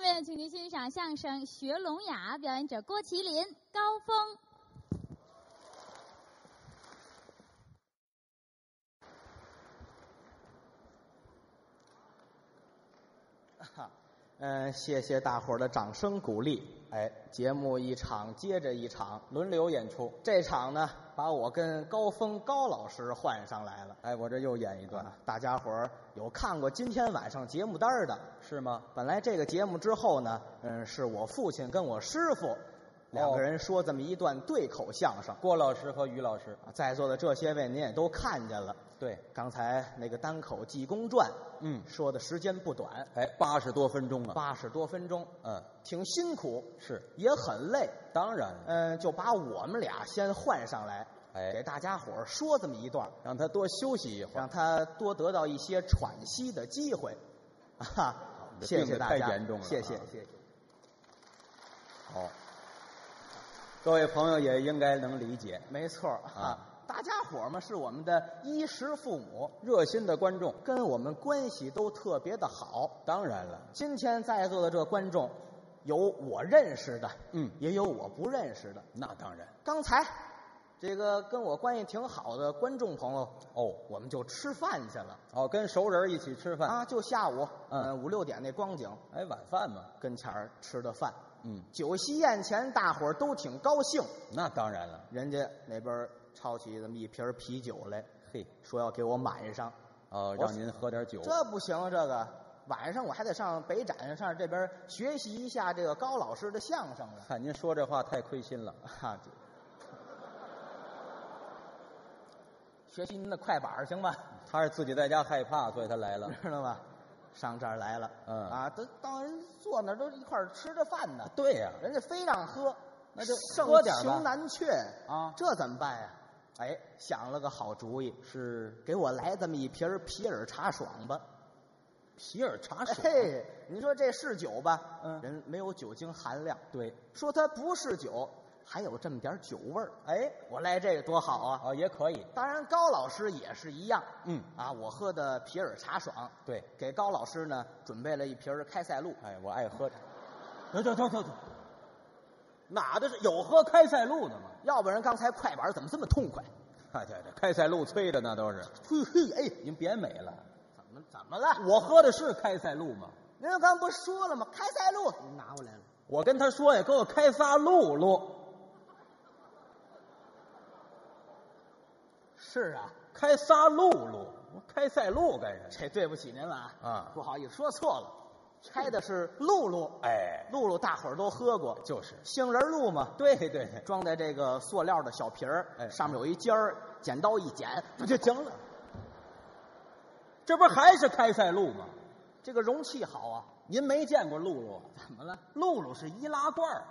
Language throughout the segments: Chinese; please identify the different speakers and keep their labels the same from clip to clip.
Speaker 1: 们请您欣赏相声《学聋哑》，表演者郭麒麟、高峰。
Speaker 2: 嗯，谢谢大伙儿的掌声鼓励。哎，节目一场接着一场，
Speaker 3: 轮流演出。
Speaker 2: 这场呢，把我跟高峰高老师换上来了。
Speaker 3: 哎，我这又演一段，
Speaker 2: 啊，大家伙儿有看过今天晚上节目单儿的？
Speaker 3: 是吗？
Speaker 2: 本来这个节目之后呢，嗯，是我父亲跟我师傅两个人说这么一段对口相声。
Speaker 3: 郭老师和于老师。
Speaker 2: 啊在座的这些位您也都看见了。
Speaker 3: 对，
Speaker 2: 刚才那个单口《济公传》，
Speaker 3: 嗯
Speaker 2: 说的时间不短，
Speaker 3: 哎，八十多分钟啊。
Speaker 2: 八十多分钟，
Speaker 3: 嗯，
Speaker 2: 挺辛苦，
Speaker 3: 是，
Speaker 2: 也很累。
Speaker 3: 当然了，
Speaker 2: 嗯，就把我们俩先换上来，
Speaker 3: 哎
Speaker 2: 给大家伙儿说这么一段儿，
Speaker 3: 让他多休息一会儿。
Speaker 2: 让他多得到一些喘息的机会。啊哈，
Speaker 3: 你这
Speaker 2: 谢
Speaker 3: 病
Speaker 2: 谢
Speaker 3: 得
Speaker 2: 大
Speaker 3: 太
Speaker 2: 家，
Speaker 3: 严重了
Speaker 2: 谢谢
Speaker 3: 啊
Speaker 2: 谢谢。
Speaker 3: 好，各位朋友也应该能理解，
Speaker 2: 没错儿
Speaker 3: 啊，
Speaker 2: 大家伙儿嘛是我们的衣食父母，
Speaker 3: 热心的观众。
Speaker 2: 跟我们关系都特别的好。
Speaker 3: 当然了，
Speaker 2: 今天在座的这观众，有我认识的，
Speaker 3: 嗯
Speaker 2: 也有我不认识的。
Speaker 3: 那当然。
Speaker 2: 刚才这个跟我关系挺好的观众朋友，
Speaker 3: 哦
Speaker 2: 我们就吃饭去了。
Speaker 3: 哦，跟熟人一起吃饭。
Speaker 2: 啊，就下午，
Speaker 3: 嗯
Speaker 2: 呃五六点那光景
Speaker 3: 哎，晚饭嘛。
Speaker 2: 跟前儿吃的饭，
Speaker 3: 嗯，
Speaker 2: 酒席宴前大伙儿都挺高兴，
Speaker 3: 那当然了。
Speaker 2: 人家那边儿抄起这么一瓶儿啤酒来，
Speaker 3: 嘿，
Speaker 2: 说要给我满上，
Speaker 3: 哦，
Speaker 2: 我
Speaker 3: 让您喝点酒。
Speaker 2: 这不行啊，这个晚上我还得上北展上这边儿学习一下这个高老师的相声了，
Speaker 3: 看您说这话太亏心了。
Speaker 2: 哈、 啊，这学习您的快板儿行吧？
Speaker 3: 他是自己在家害怕，所以他来 了。
Speaker 2: 知道吧？上这儿来了，
Speaker 3: 嗯
Speaker 2: 啊，都当人坐那儿都一块儿吃着饭呢，
Speaker 3: 对呀、
Speaker 2: 人家非让喝，
Speaker 3: 那就
Speaker 2: 盛
Speaker 3: 喝点儿吧
Speaker 2: 情难却
Speaker 3: 啊
Speaker 2: 这怎么办呀？哎，想了个好主意，
Speaker 3: 是
Speaker 2: 给我来这么一瓶儿皮尔茶爽吧。哎
Speaker 3: 皮尔茶水。
Speaker 2: 嘿，你说这是酒吧？
Speaker 3: 啊嗯
Speaker 2: 人没有酒精含量，
Speaker 3: 对，
Speaker 2: 说它不是酒，还有这么点儿酒味儿。哎，我来这个多好啊！
Speaker 3: 哦，也可以。
Speaker 2: 当然，高老师也是一样。
Speaker 3: 嗯
Speaker 2: 啊，我喝的皮尔茶爽，
Speaker 3: 对，
Speaker 2: 给高老师呢准备了一瓶儿开塞露。
Speaker 3: 哎，我爱喝。走走走走走，哪的是有喝开塞露的吗？
Speaker 2: 要不然刚才快板儿怎么这么痛快？
Speaker 3: 哎呀，这开塞露催的那都是。
Speaker 2: 嘿嘿，哎，
Speaker 3: 您别美了，
Speaker 2: 怎么怎么了？
Speaker 3: 我喝的是开塞露吗？
Speaker 2: 您刚不说了吗？开塞露你拿过来了，
Speaker 3: 我跟他说呀，给我开仨露露，
Speaker 2: 是啊，
Speaker 3: 开仨露露，我开塞露干什么？
Speaker 2: 这对不起您了啊，
Speaker 3: 啊
Speaker 2: 不好意思说错了，开的是露露，
Speaker 3: 哎，
Speaker 2: 露露大伙儿都喝过，
Speaker 3: 就是，
Speaker 2: 杏仁露嘛，
Speaker 3: 对对对，
Speaker 2: 装在这个塑料的小瓶儿，
Speaker 3: 哎
Speaker 2: 上面有一尖儿，剪刀一剪，不就行了？
Speaker 3: 这不还是开塞露吗？
Speaker 2: 这个容器好啊，
Speaker 3: 您没见过露露啊？
Speaker 2: 怎么了？
Speaker 3: 露露是易拉罐儿，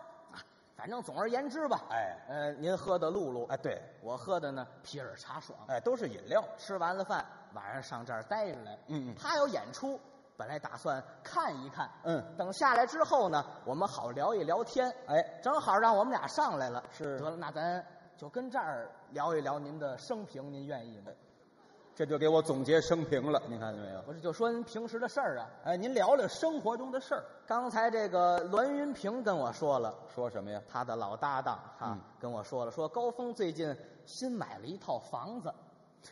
Speaker 2: 反正总而言之吧，
Speaker 3: 哎
Speaker 2: 呃，您喝的露露，
Speaker 3: 哎对，
Speaker 2: 我喝的呢皮尔茶爽，
Speaker 3: 哎，都是饮料，
Speaker 2: 吃完了饭，晚上上这儿待着来。
Speaker 3: 嗯嗯
Speaker 2: 他有演出，本来打算看一看。
Speaker 3: 嗯，
Speaker 2: 等下来之后呢，我们好聊一聊天。
Speaker 3: 哎，
Speaker 2: 正好让我们俩上来了，
Speaker 3: 是
Speaker 2: 得了，那咱就跟这儿聊一聊您的生平，您愿意吗？
Speaker 3: 这就给我总结生平了，您看见没有？
Speaker 2: 不是，就说您平时的事儿啊。
Speaker 3: 哎，您聊聊生活中的事儿，
Speaker 2: 刚才这个栾云平跟我说了，
Speaker 3: 说什么呀？
Speaker 2: 他的老搭档哈、
Speaker 3: 嗯
Speaker 2: 跟我说了，说高峰最近新买了一套房子，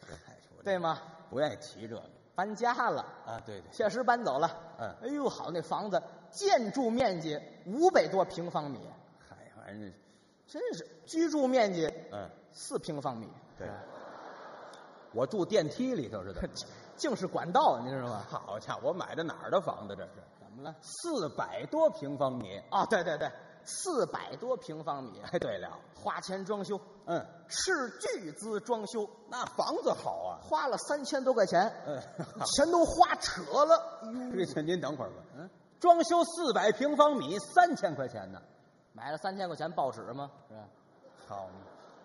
Speaker 3: 嗨， 我这
Speaker 2: 对吗？
Speaker 3: 不愿意提这个
Speaker 2: 搬家了，
Speaker 3: 啊，对对，
Speaker 2: 确实搬走了。
Speaker 3: 嗯
Speaker 2: 哎呦，好那房子，建筑面积五百多平方米，
Speaker 3: 嗨，反正
Speaker 2: 真是居住面积
Speaker 3: 嗯，
Speaker 2: 四平方米，啊
Speaker 3: 对
Speaker 2: 是吧，
Speaker 3: 我住电梯里头似的。
Speaker 2: 竟是管道，你知道吗？
Speaker 3: 好家伙，我买的哪儿的房子这是？
Speaker 2: 怎么了？
Speaker 3: 四百多平方米。
Speaker 2: 啊，对对对，四百多平方米，
Speaker 3: 哎，对了，
Speaker 2: 花钱装修，
Speaker 3: 嗯，
Speaker 2: 斥巨资装修，
Speaker 3: 那房子好啊。
Speaker 2: 花了三千多块钱，
Speaker 3: 嗯，
Speaker 2: 全都花扯了。
Speaker 3: 这 这您等会儿吧。
Speaker 2: 嗯，
Speaker 3: 装修四百平方米，三千块钱呢。
Speaker 2: 买了三千块钱报纸吗？是吧？
Speaker 3: 好嘛，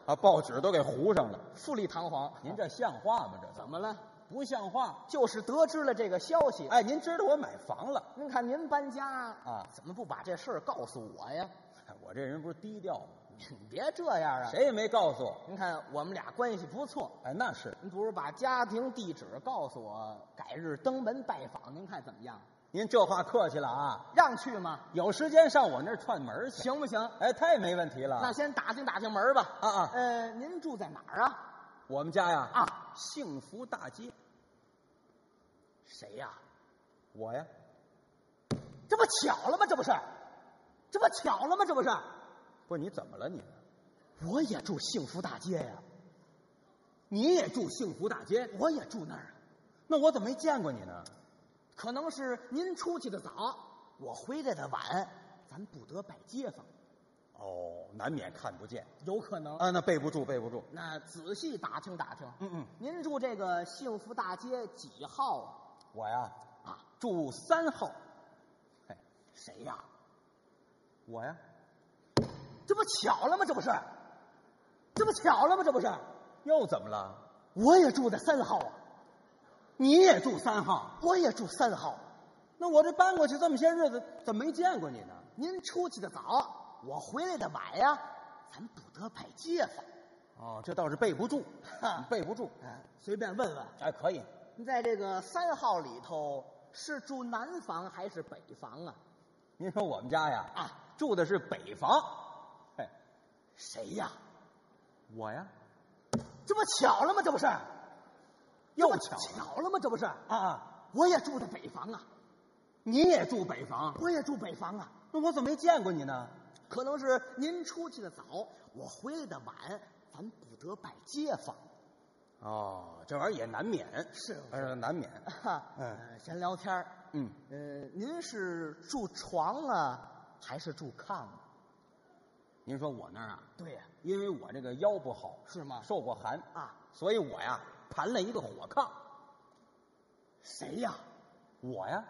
Speaker 3: 啊，报纸都给糊上了。
Speaker 2: 富丽堂皇。
Speaker 3: 您这像话吗？这
Speaker 2: 怎么了？
Speaker 3: 不像话。
Speaker 2: 就是得知了这个消息，
Speaker 3: 哎，您知道我买房了。
Speaker 2: 您看您搬家啊
Speaker 3: 啊
Speaker 2: 怎么不把这事儿告诉我呀？
Speaker 3: 哎我这人不是低调吗？
Speaker 2: 你别这样啊！？
Speaker 3: 谁也没告诉我。
Speaker 2: 您看我们俩关系不错，
Speaker 3: 哎，那是
Speaker 2: 您不如把家庭地址告诉我，改日登门拜访，您看怎么样？
Speaker 3: 您这话客气了啊，
Speaker 2: 让去吗？
Speaker 3: 有时间上我那儿串门去。
Speaker 2: 行不行？
Speaker 3: 哎，太没问题
Speaker 2: 那
Speaker 3: 了。
Speaker 2: 先打听打听门儿吧。
Speaker 3: 啊啊
Speaker 2: 呃，您住在哪儿啊？
Speaker 3: 我们家呀，
Speaker 2: 啊，
Speaker 3: 幸福大街，
Speaker 2: 谁呀、
Speaker 3: 我呀，
Speaker 2: 这不巧了吗？这不是，这不巧了吗？这不是，
Speaker 3: 不是你怎么了你？
Speaker 2: 我也住幸福大街呀、
Speaker 3: 你也住幸福大街？
Speaker 2: 我也住那儿啊。
Speaker 3: 那我怎么没见过你呢？
Speaker 2: 可能是您出去的早，我回来的晚，咱不得拜街坊，
Speaker 3: 哦，难免看不见
Speaker 2: 有可能。
Speaker 3: 啊。那备不住，备不住。
Speaker 2: 那仔细打听打听，
Speaker 3: 嗯嗯，
Speaker 2: 您住这个幸福大街几号啊？
Speaker 3: 我呀，
Speaker 2: 啊，
Speaker 3: 住三号。哎，
Speaker 2: 谁呀、
Speaker 3: 我呀，
Speaker 2: 这不巧了吗？这不是，这不巧了吗？这不是，
Speaker 3: 又怎么了？
Speaker 2: 我也住在三号啊，
Speaker 3: 你也住三号？
Speaker 2: 我也住三号。
Speaker 3: 那我这搬过去这么些日子，怎么没见过你呢？
Speaker 2: 您出去的早，我回来的晚呀、咱不得拜街坊。
Speaker 3: 哦，这倒是备不住，
Speaker 2: 啊
Speaker 3: 备不住。
Speaker 2: 嗯，随便问问，
Speaker 3: 哎，可以。
Speaker 2: 您在这个三号里头是住南房还是北房啊？
Speaker 3: 您说我们家呀，
Speaker 2: 啊，
Speaker 3: 住的是北房。嘿，
Speaker 2: 谁呀、
Speaker 3: 我呀，
Speaker 2: 这不巧了吗？这不是，
Speaker 3: 又
Speaker 2: 这不
Speaker 3: 巧了
Speaker 2: 巧了吗？这不是，
Speaker 3: 啊啊，
Speaker 2: 我也住在北房啊，
Speaker 3: 你也住北房？
Speaker 2: 我也住北房啊。
Speaker 3: 那我怎么没见过你呢？
Speaker 2: 可能是您出去的早，我回来的晚，咱不得拜街坊。
Speaker 3: 哦，这玩意儿也难免，
Speaker 2: 是
Speaker 3: 呃，难免。
Speaker 2: 哈，
Speaker 3: 嗯
Speaker 2: 呃，闲聊天儿。
Speaker 3: 嗯，
Speaker 2: 呃，您是住床啊，还是住炕啊？
Speaker 3: 您说我那儿啊，
Speaker 2: 对呀、
Speaker 3: 因为我这个腰不好，
Speaker 2: 是吗
Speaker 3: 受过寒
Speaker 2: 啊，
Speaker 3: 所以我呀盘了一个火炕。
Speaker 2: 谁呀、
Speaker 3: 我呀，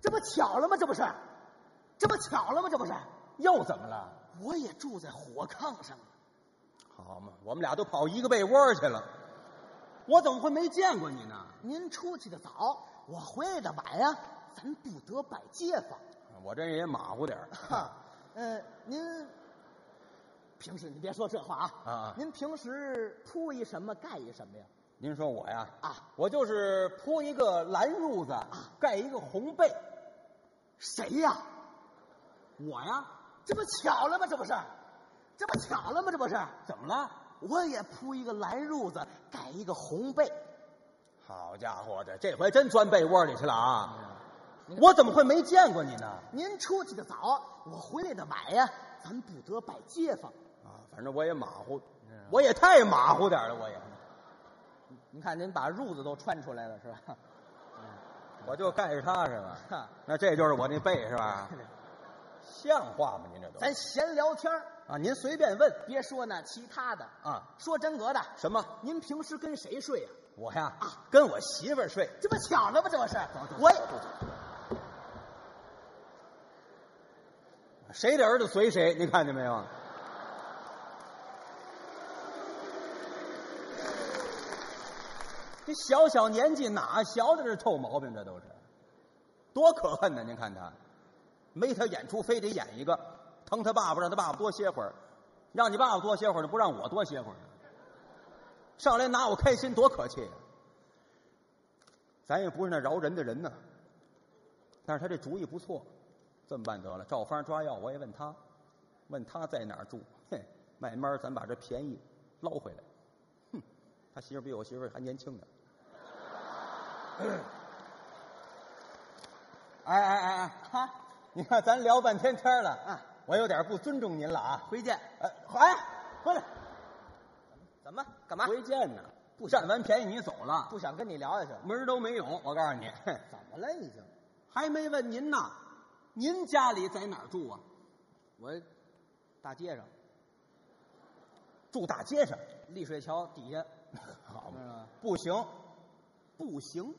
Speaker 2: 这不巧了吗？这不是，这不巧了吗？这不是，
Speaker 3: 又怎么了？
Speaker 2: 我也住在火炕上啊。
Speaker 3: 好嘛，我们俩都跑一个被窝去了，我怎么会没见过你呢？
Speaker 2: 您出去的早，我回来的晚呀、咱不得拜街坊。
Speaker 3: 我这人也马虎点儿。
Speaker 2: 哈， 呃，您平时您别说这话啊，
Speaker 3: 啊啊
Speaker 2: 您平时铺一什么盖一什么呀？
Speaker 3: 您说我呀，
Speaker 2: 啊，
Speaker 3: 我就是铺一个蓝褥子，盖一个红被。
Speaker 2: 谁呀、
Speaker 3: 我呀，
Speaker 2: 这不巧了吗？这不是，这不巧了吗？这不是，
Speaker 3: 怎么了？
Speaker 2: 我也铺一个蓝褥子，盖一个红被。
Speaker 3: 好家伙的，这回真钻被窝里去了啊！我怎么会没见过你呢？
Speaker 2: 您出去的早，我回来的晚呀、咱不得拜街坊。
Speaker 3: 啊，反正我也马虎，我也太马虎点儿了，我也，
Speaker 2: 您看，您把褥子都穿出来了是吧？
Speaker 3: 我就盖着它是吧？
Speaker 2: 哈，
Speaker 3: 那这就是我那被是吧？ 像话吗？您这都
Speaker 2: 咱闲聊天儿
Speaker 3: 啊，您随便问
Speaker 2: 别说那其他的，
Speaker 3: 啊，
Speaker 2: 说真格的，
Speaker 3: 什么？
Speaker 2: 您平时跟谁睡呀、
Speaker 3: 我呀
Speaker 2: 啊，
Speaker 3: 跟我媳妇儿睡，
Speaker 2: 这不巧了吗？这不是，我也
Speaker 3: 谁的儿子随谁，您看见没有？这小小年纪哪学的这臭毛病？这都是，多可恨呐！您看他，没他演出，非得演一个疼他爸爸，让他爸爸多歇会儿，让你爸爸多歇会儿，你不让我多歇会儿，上来拿我开心，多可气呀、啊咱也不是那饶人的人呐，但是他这主意不错，这么办得了，照方抓药，我也问他，问他在哪儿住，嘿，慢慢咱把这便宜捞回来。哼，他媳妇比我媳妇还年轻点儿。哎哎哎哎，
Speaker 2: 哈，
Speaker 3: 你看咱聊半天天了，
Speaker 2: 啊，
Speaker 3: 我有点不尊重您了啊。
Speaker 2: 回见。
Speaker 3: 哎哎，回来
Speaker 2: 怎么？干嘛？
Speaker 3: 回见呢？
Speaker 2: 不行
Speaker 3: 占完便宜你走了，
Speaker 2: 不想跟你聊下去了？
Speaker 3: 门儿都没有。我告诉 你，哼
Speaker 2: 嗯怎么了？已经？
Speaker 3: 还没问您呢，您家里在哪儿住啊？
Speaker 2: 我大街上
Speaker 3: 住大街上。
Speaker 2: 丽水桥底下，
Speaker 3: 好
Speaker 2: 是吗
Speaker 3: 不行，不行，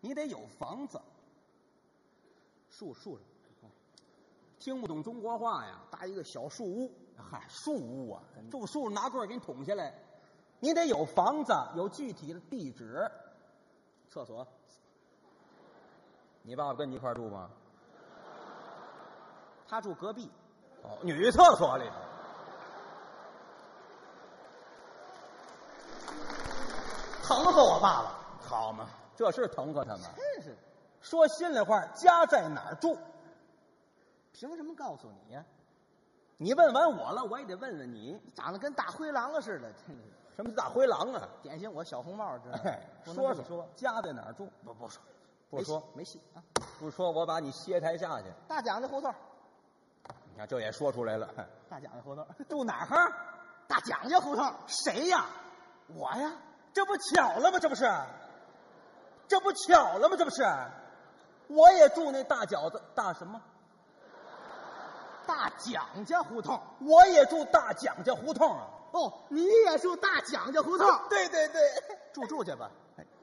Speaker 3: 你得有房子。
Speaker 2: 树树上
Speaker 3: 听不懂中国话呀？
Speaker 2: 搭一个小树屋。
Speaker 3: 嗨，树屋啊，住树上拿棍儿给你捅下来。你得有房子，有具体的地址。
Speaker 2: 厕所
Speaker 3: 你爸爸跟你一块儿住吗？
Speaker 2: 他住隔壁，
Speaker 3: 哦，女厕所里头。
Speaker 2: 疼死我爸爸！
Speaker 3: 好嘛，这是疼死他们。
Speaker 2: 真是，
Speaker 3: 说心里话，家在哪儿住？
Speaker 2: 凭什么告诉你呀、
Speaker 3: 你问完我了，我也得问问你，
Speaker 2: 长得跟大灰狼似的，哼
Speaker 3: 什么大灰狼啊？
Speaker 2: 典型我小红帽知道吗？不能
Speaker 3: 说
Speaker 2: 这么
Speaker 3: 说家在哪儿住？
Speaker 2: 不不说，
Speaker 3: 不说哎
Speaker 2: 没戏没戏啊！
Speaker 3: 不说，我把你歇台下去。
Speaker 2: 大奖的胡同，
Speaker 3: 你看，这也说出来 了。
Speaker 2: 大奖的胡同，
Speaker 3: 住哪儿？啊
Speaker 2: 大奖的胡同，
Speaker 3: 谁呀？
Speaker 2: 我呀，
Speaker 3: 这不巧了吗？这不是，这不巧了吗？这不是，我也住那大饺子大什么？
Speaker 2: 大蒋家胡同。
Speaker 3: 我也住大蒋家胡同啊。
Speaker 2: 哦，你也住大蒋家胡同，
Speaker 3: 对对对，
Speaker 2: 住住去吧，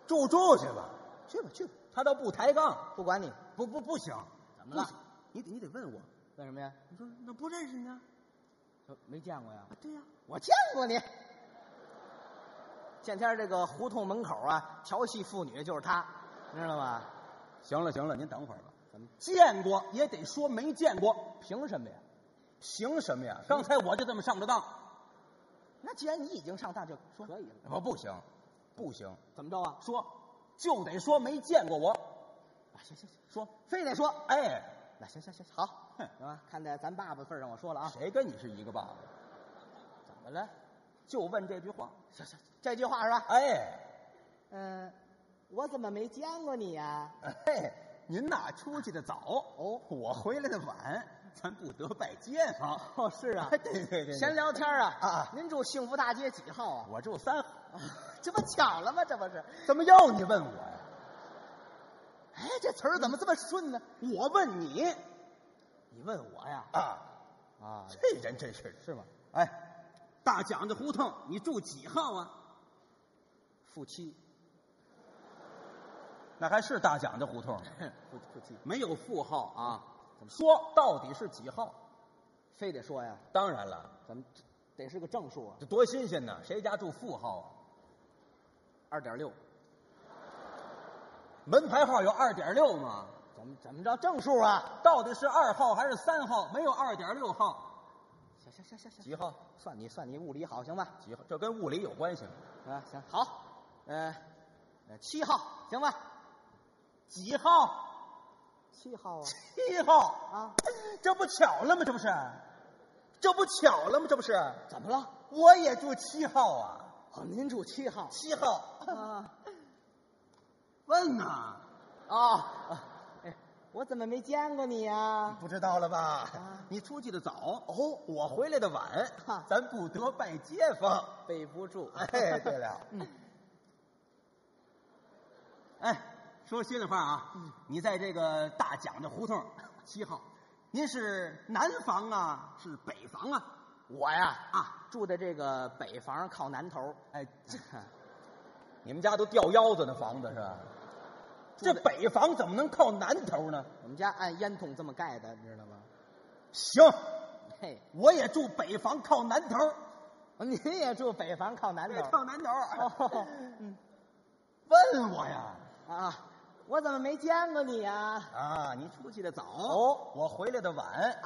Speaker 3: 住住去吧。
Speaker 2: 去吧去吧，
Speaker 3: 他倒不抬杠，
Speaker 2: 不管你。
Speaker 3: 不不不行，
Speaker 2: 怎么了
Speaker 3: 不行？你得你得问我。
Speaker 2: 为什么呀？
Speaker 3: 你说那不认识你啊？
Speaker 2: 没见过呀
Speaker 3: 啊？对呀、
Speaker 2: 我见过你。见天儿这个胡同门口啊，调戏妇女就是他，你知道吗？
Speaker 3: 行了行了，您等会儿吧。
Speaker 2: 怎么？
Speaker 3: 见过也得说没见过，
Speaker 2: 凭什么呀？
Speaker 3: 凭什么呀？刚才我就这么上的当，
Speaker 2: 那既然你已经上大就说可以了，
Speaker 3: 我不行，不行，
Speaker 2: 怎么着啊？
Speaker 3: 说就得说没见过我，
Speaker 2: 啊行行行，
Speaker 3: 说
Speaker 2: 非得说。
Speaker 3: 哎，
Speaker 2: 那行行行，好，
Speaker 3: 哼
Speaker 2: 行吧，看在咱爸爸份上，我说了啊。
Speaker 3: 谁跟你是一个爸爸？
Speaker 2: 怎么了？
Speaker 3: 就问这句话，
Speaker 2: 行行，这句话是吧？
Speaker 3: 哎，
Speaker 2: 嗯、我怎么没见过你呀、
Speaker 3: 哎，您呐出去的早，
Speaker 2: 哦
Speaker 3: 我回来的晚，咱不得拜见啊。
Speaker 2: 哦，是 啊
Speaker 3: 对对对对
Speaker 2: 闲聊天啊
Speaker 3: 啊
Speaker 2: 您住幸福大街几号啊？
Speaker 3: 我住三，
Speaker 2: 这不巧了吗？这不是？
Speaker 3: 怎么又你问我呀？
Speaker 2: 哎，这词儿怎么这么顺呢？
Speaker 3: 我问你
Speaker 2: 你问我呀？
Speaker 3: 啊，
Speaker 2: 啊，
Speaker 3: 这人真是的。
Speaker 2: 是吗？
Speaker 3: 哎，大蒋家胡同，你住几号啊？
Speaker 2: 负七，
Speaker 3: 那还是大蒋家胡同，
Speaker 2: 负负七，
Speaker 3: 没有负号啊
Speaker 2: 怎。么
Speaker 3: 说到底是几号？
Speaker 2: 非得说呀？
Speaker 3: 当然了，
Speaker 2: 咱们得是个正数啊，
Speaker 3: 这多新鲜呐！谁家住负号啊？
Speaker 2: 二点六，
Speaker 3: 门牌号有二点六吗？
Speaker 2: 怎么怎么着正数啊？
Speaker 3: 到底是二号还是三号？没有二点六号，
Speaker 2: 行行行行行，
Speaker 3: 几号？
Speaker 2: 算你算你物理好行吧？
Speaker 3: 几号？这跟物理有关系吗？
Speaker 2: 啊，行好，呃，呃七号行吧？
Speaker 3: 几号？
Speaker 2: 七号啊
Speaker 3: 七号，哎
Speaker 2: 啊？
Speaker 3: 这不巧了吗？这不是，这不巧了吗？这不是，
Speaker 2: 怎么了？
Speaker 3: 我也住七号啊，
Speaker 2: 哦，您住七号
Speaker 3: 七号。
Speaker 2: 啊？
Speaker 3: 问呐、
Speaker 2: 啊、 哎，我怎么没见过你呀、
Speaker 3: 不知道了吧？
Speaker 2: 啊
Speaker 3: 你出去的早，哦，我回来的晚，
Speaker 2: 哈
Speaker 3: 咱不得拜街 坊。
Speaker 2: 背不住。
Speaker 3: 哎，对了，
Speaker 2: 嗯
Speaker 3: 哎，说心里话啊，
Speaker 2: 嗯
Speaker 3: 你在这个大蒋的胡同七号，您是南房啊，是北房啊？
Speaker 2: 我呀，
Speaker 3: 啊，
Speaker 2: 住的这个北房靠南头，
Speaker 3: 哎，这你们家都掉腰子那房子是吧？这北房怎么能靠南头呢？
Speaker 2: 我们家按烟筒这么盖的，你知道吗？
Speaker 3: 行，
Speaker 2: 嘿，
Speaker 3: 我也住北房靠南头，
Speaker 2: 您也住北房靠南
Speaker 3: 对，
Speaker 2: 头
Speaker 3: 靠南头。
Speaker 2: 哦嗯
Speaker 3: 问我呀？
Speaker 2: 啊？我怎么没见过你呀、
Speaker 3: 啊，你出去的早，
Speaker 2: 哦
Speaker 3: 我回来的晚，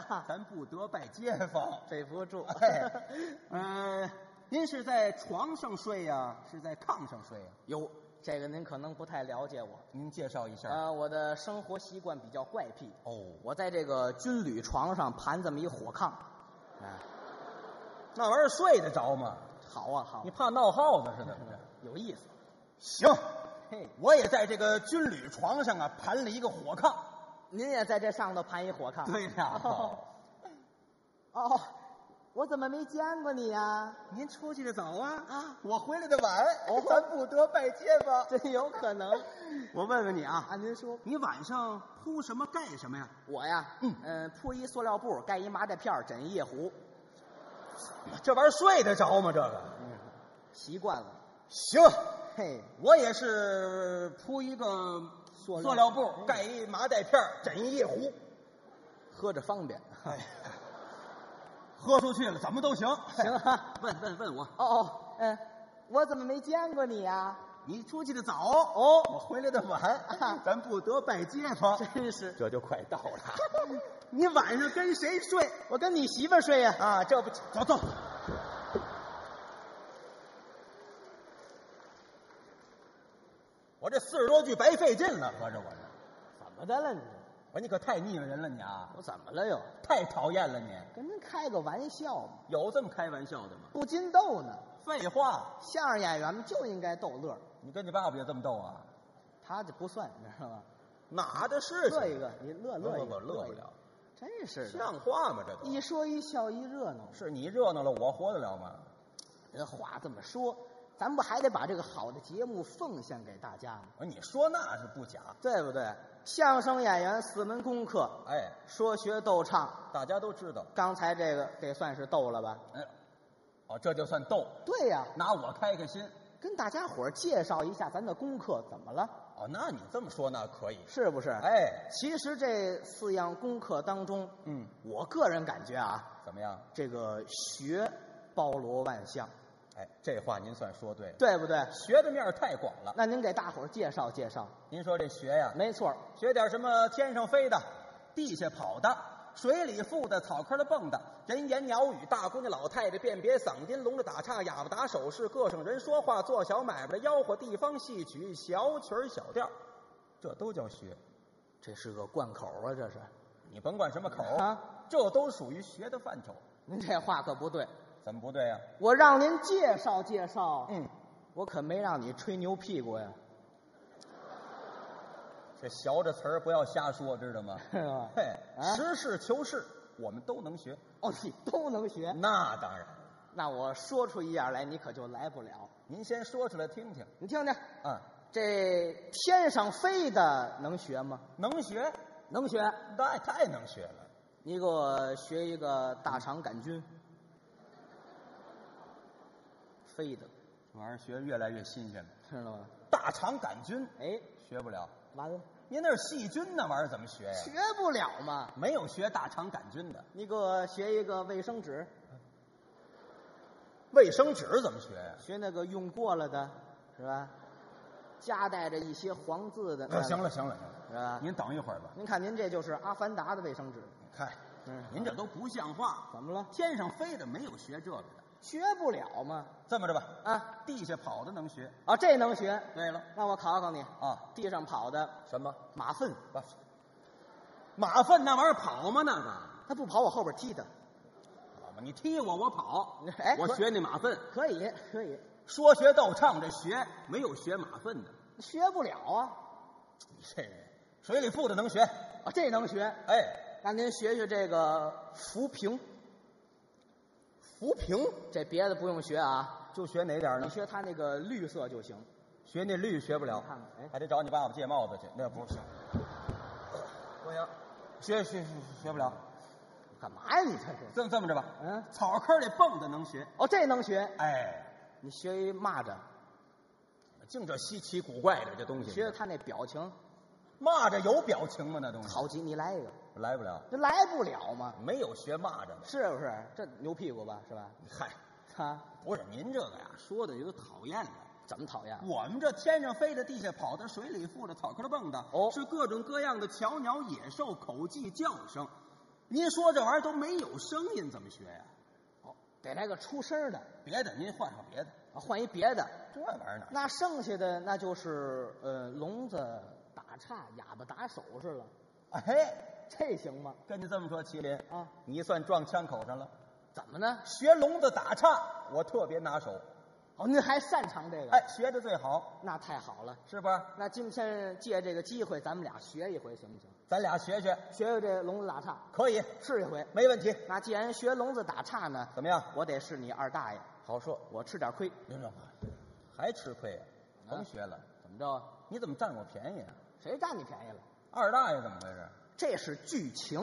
Speaker 2: 啊
Speaker 3: 咱不得拜街坊。
Speaker 2: 背不住。
Speaker 3: 哎，嗯，您是在床上睡呀、是在炕上睡呀、
Speaker 2: 哟，这个您可能不太了解我。
Speaker 3: 您介绍一下。
Speaker 2: 呃，我的生活习惯比较怪癖，
Speaker 3: 哦，
Speaker 2: 我在这个军旅床上盘这么一火炕，啊，
Speaker 3: 那玩意儿睡得着吗？
Speaker 2: 好啊好
Speaker 3: 你，怕闹耗子是怎么着？
Speaker 2: 有意思。
Speaker 3: 行，
Speaker 2: 嘿，
Speaker 3: 我也在这个军旅床上啊盘了一个火炕。
Speaker 2: 您也在这上头盘一火炕？
Speaker 3: 对呀、
Speaker 2: 哦，我怎么没见过你呀、
Speaker 3: 您出去的早啊，
Speaker 2: 啊，
Speaker 3: 我回来的晚，
Speaker 2: 哦
Speaker 3: 咱不得拜街坊。
Speaker 2: 真有可能
Speaker 3: 我问问你啊，
Speaker 2: 啊！您说
Speaker 3: 你晚上铺什么盖什么呀？
Speaker 2: 我呀，
Speaker 3: 嗯
Speaker 2: 呃铺一塑料布，盖一麻袋片儿，枕一夜壶，
Speaker 3: 这玩意儿睡得着吗？这个
Speaker 2: 习惯了。
Speaker 3: 行，
Speaker 2: 嘿，
Speaker 3: 我也是铺一个
Speaker 2: 塑料
Speaker 3: 塑料嗯布，盖一麻袋片儿，枕一夜壶，
Speaker 2: 喝着方便。
Speaker 3: 哎喝出去了怎么都行。
Speaker 2: 行啊。
Speaker 3: 问问问我，
Speaker 2: 哦哦，嗯、我怎么没见过你呀、
Speaker 3: 你出去的早哦，我回来的 晚，咱不得拜街坊。
Speaker 2: 真是，
Speaker 3: 这就快到了， 你晚上跟谁睡
Speaker 2: 我跟你媳妇儿睡呀、
Speaker 3: 啊？这不走走。我这四十多句白费劲了，合着我这
Speaker 2: 怎么的了你？
Speaker 3: 我说你可太腻歪人了，你啊，
Speaker 2: 我怎么了又？
Speaker 3: 太讨厌了你。
Speaker 2: 跟您开个玩笑嘛，
Speaker 3: 有这么开玩笑的吗？
Speaker 2: 不禁逗呢。
Speaker 3: 废话，
Speaker 2: 相声演员们就应该逗乐儿，
Speaker 3: 你跟你爸爸也这么逗啊？
Speaker 2: 他就不算，你知道吗？
Speaker 3: 哪的事情？
Speaker 2: 乐一个，你乐
Speaker 3: 乐
Speaker 2: 乐一
Speaker 3: 我
Speaker 2: 个，
Speaker 3: 乐
Speaker 2: 一
Speaker 3: 不
Speaker 2: 个
Speaker 3: 了，，
Speaker 2: 真是的。
Speaker 3: 像话吗？这都
Speaker 2: 一说一笑一热闹，
Speaker 3: 是你热闹了，我活得了吗？
Speaker 2: 人呃话这么说，咱不还得把这个好的节目奉献给大家吗？
Speaker 3: 我说哎你说那是不假，
Speaker 2: 对不对？相声演员四门功课，
Speaker 3: 哎，
Speaker 2: 说学逗唱，
Speaker 3: 大家都知道，
Speaker 2: 刚才这个得算是逗了吧？
Speaker 3: 哎，哦，这就算逗，
Speaker 2: 对呀、
Speaker 3: 拿我开开心。
Speaker 2: 跟大家伙儿介绍一下咱的功课怎么了，
Speaker 3: 哦，那你这么说那可以，
Speaker 2: 是不是？
Speaker 3: 哎，
Speaker 2: 其实这四样功课当中，
Speaker 3: 嗯，
Speaker 2: 我个人感觉啊，
Speaker 3: 怎么样？
Speaker 2: 这个学包罗万象，
Speaker 3: 哎，这话您算说对了，
Speaker 2: 对不对？
Speaker 3: 学的面儿太广了。
Speaker 2: 那您给大伙儿介绍介绍。
Speaker 3: 您说这学呀，
Speaker 2: 没错儿，
Speaker 3: 学点什么天上飞的、地下跑的、水里浮的、草坑里蹦的，人言鸟语、大姑娘老太太辨别嗓音、聋子打岔、哑巴打手势、各省人说话、做小买卖的吆喝、地方戏曲、小曲儿小调儿，这都叫学。
Speaker 2: 这是个贯口啊，这是。
Speaker 3: 你甭管什么口儿
Speaker 2: 啊，
Speaker 3: 这都属于学的范畴。
Speaker 2: 您 这话可不对，
Speaker 3: 怎么不对啊呀、
Speaker 2: 我让您介绍介绍，
Speaker 3: 嗯，
Speaker 2: 我可没让你吹牛屁股呀。
Speaker 3: 这学着词儿不要瞎说，知道吗？
Speaker 2: 是吧
Speaker 3: 嘿，
Speaker 2: 啊
Speaker 3: 实事求是，我们都能学。
Speaker 2: 哦，你都能学，
Speaker 3: 那当然，
Speaker 2: 那我说出一样来，你可就来不了。
Speaker 3: 您先说出来听听
Speaker 2: 你听听，
Speaker 3: 啊，
Speaker 2: 这天上飞的能学吗？
Speaker 3: 能学，
Speaker 2: 能学。
Speaker 3: 那太能学了。
Speaker 2: 你给我学一个大肠杆菌，飞的，
Speaker 3: 这玩意儿学越来越新鲜了。
Speaker 2: 知道吗？
Speaker 3: 大肠杆菌
Speaker 2: 哎，
Speaker 3: 学不了，
Speaker 2: 完了，
Speaker 3: 您那是细菌那玩意儿怎么学呀、
Speaker 2: 学不了嘛。
Speaker 3: 没有学大肠杆菌的，
Speaker 2: 你给我学一个卫生纸，
Speaker 3: 卫生纸怎么学呀、
Speaker 2: 学那个用过了的，是吧？夹带着一些黄字的。
Speaker 3: 那啊行了，行了行了，
Speaker 2: 是吧？
Speaker 3: 您等一会儿吧。
Speaker 2: 您看，您这就是《阿凡达》的卫生纸，
Speaker 3: 看，
Speaker 2: 嗯
Speaker 3: 您这都不像话，
Speaker 2: 怎么了？
Speaker 3: 天上飞的没有学这个的。
Speaker 2: 学不了嘛？
Speaker 3: 这么着吧，
Speaker 2: 啊
Speaker 3: 地下跑的能学。
Speaker 2: 啊，这能学？
Speaker 3: 对了，
Speaker 2: 让我考考你，
Speaker 3: 啊，
Speaker 2: 地上跑的
Speaker 3: 什么？
Speaker 2: 马粪，
Speaker 3: 不马粪那玩意儿跑吗？那个，
Speaker 2: 它不跑，我后边踢它。
Speaker 3: 好吧，你踢我，我 跑
Speaker 2: 哎
Speaker 3: 我学那马粪。
Speaker 2: 可以，可以，
Speaker 3: 说学逗唱这学没有学马粪的，
Speaker 2: 学不了啊。
Speaker 3: 你这人，水里浮的能学，
Speaker 2: 啊，这能学。
Speaker 3: 哎，
Speaker 2: 那您学学这个浮萍，
Speaker 3: 浮萍
Speaker 2: 这别的不用学啊，
Speaker 3: 就学哪点儿
Speaker 2: 你
Speaker 3: 呢？
Speaker 2: 学它那个绿色就行。
Speaker 3: 学那绿学不了
Speaker 2: 你看看哎，
Speaker 3: 还得找你爸爸借帽子去，那不行，不行，学学学学不了。
Speaker 2: 干嘛呀？你这是？
Speaker 3: 这么这么着吧，
Speaker 2: 嗯，
Speaker 3: 草坑里蹦的能学，
Speaker 2: 哦，这能学。
Speaker 3: 哎，
Speaker 2: 你学一蚂蚱，
Speaker 3: 净这稀奇古怪的这东西。
Speaker 2: 学学它那表情。
Speaker 3: 蚂蚱有表情吗？那东西
Speaker 2: 好极，你来一个，
Speaker 3: 来不了，
Speaker 2: 这来不了嘛，
Speaker 3: 没有学蚂蚱的。
Speaker 2: 是不是？这牛屁股吧，是吧？
Speaker 3: 嗨，
Speaker 2: 啊，
Speaker 3: 不是您这个呀，说的也都讨厌啊了。
Speaker 2: 怎么讨厌？
Speaker 3: 我们这天上飞的、地下跑的、水里浮的、草坑里蹦的，
Speaker 2: 哦
Speaker 3: 是各种各样的巧鸟、野兽、口技、叫声。您说这玩意儿都没有声音，怎么学呀、
Speaker 2: 哦，得来个出声儿的，
Speaker 3: 别的您换上别的，
Speaker 2: 啊换一别的。
Speaker 3: 这玩意儿哪？
Speaker 2: 那剩下的那就是呃，聋子打岔、哑巴打手势了，
Speaker 3: 哎，
Speaker 2: 这行吗？
Speaker 3: 跟您这么说，麒麟，
Speaker 2: 啊，
Speaker 3: 你算撞枪口上了。
Speaker 2: 怎么呢？
Speaker 3: 学聋子打岔，我特别拿手，
Speaker 2: 哦，您还擅长这个？，
Speaker 3: 哎，学的最好，
Speaker 2: 那太好了。
Speaker 3: 是不是？
Speaker 2: 那今天借这个机会，咱们俩学一回行不行？
Speaker 3: 咱俩学学，
Speaker 2: 学学这聋子打岔，
Speaker 3: 可以，
Speaker 2: 试一回。
Speaker 3: 没问题。
Speaker 2: 那既然学聋子打岔呢，
Speaker 3: 怎么样？
Speaker 2: 我得是你二大爷，
Speaker 3: 好说，
Speaker 2: 我吃点亏。
Speaker 3: 刘正华还吃亏呀、
Speaker 2: 啊
Speaker 3: 甭学了，
Speaker 2: 怎么着啊？
Speaker 3: 你怎么占我便宜啊？
Speaker 2: 谁占你便宜了？
Speaker 3: 二大爷怎么回事？
Speaker 2: 这是剧情。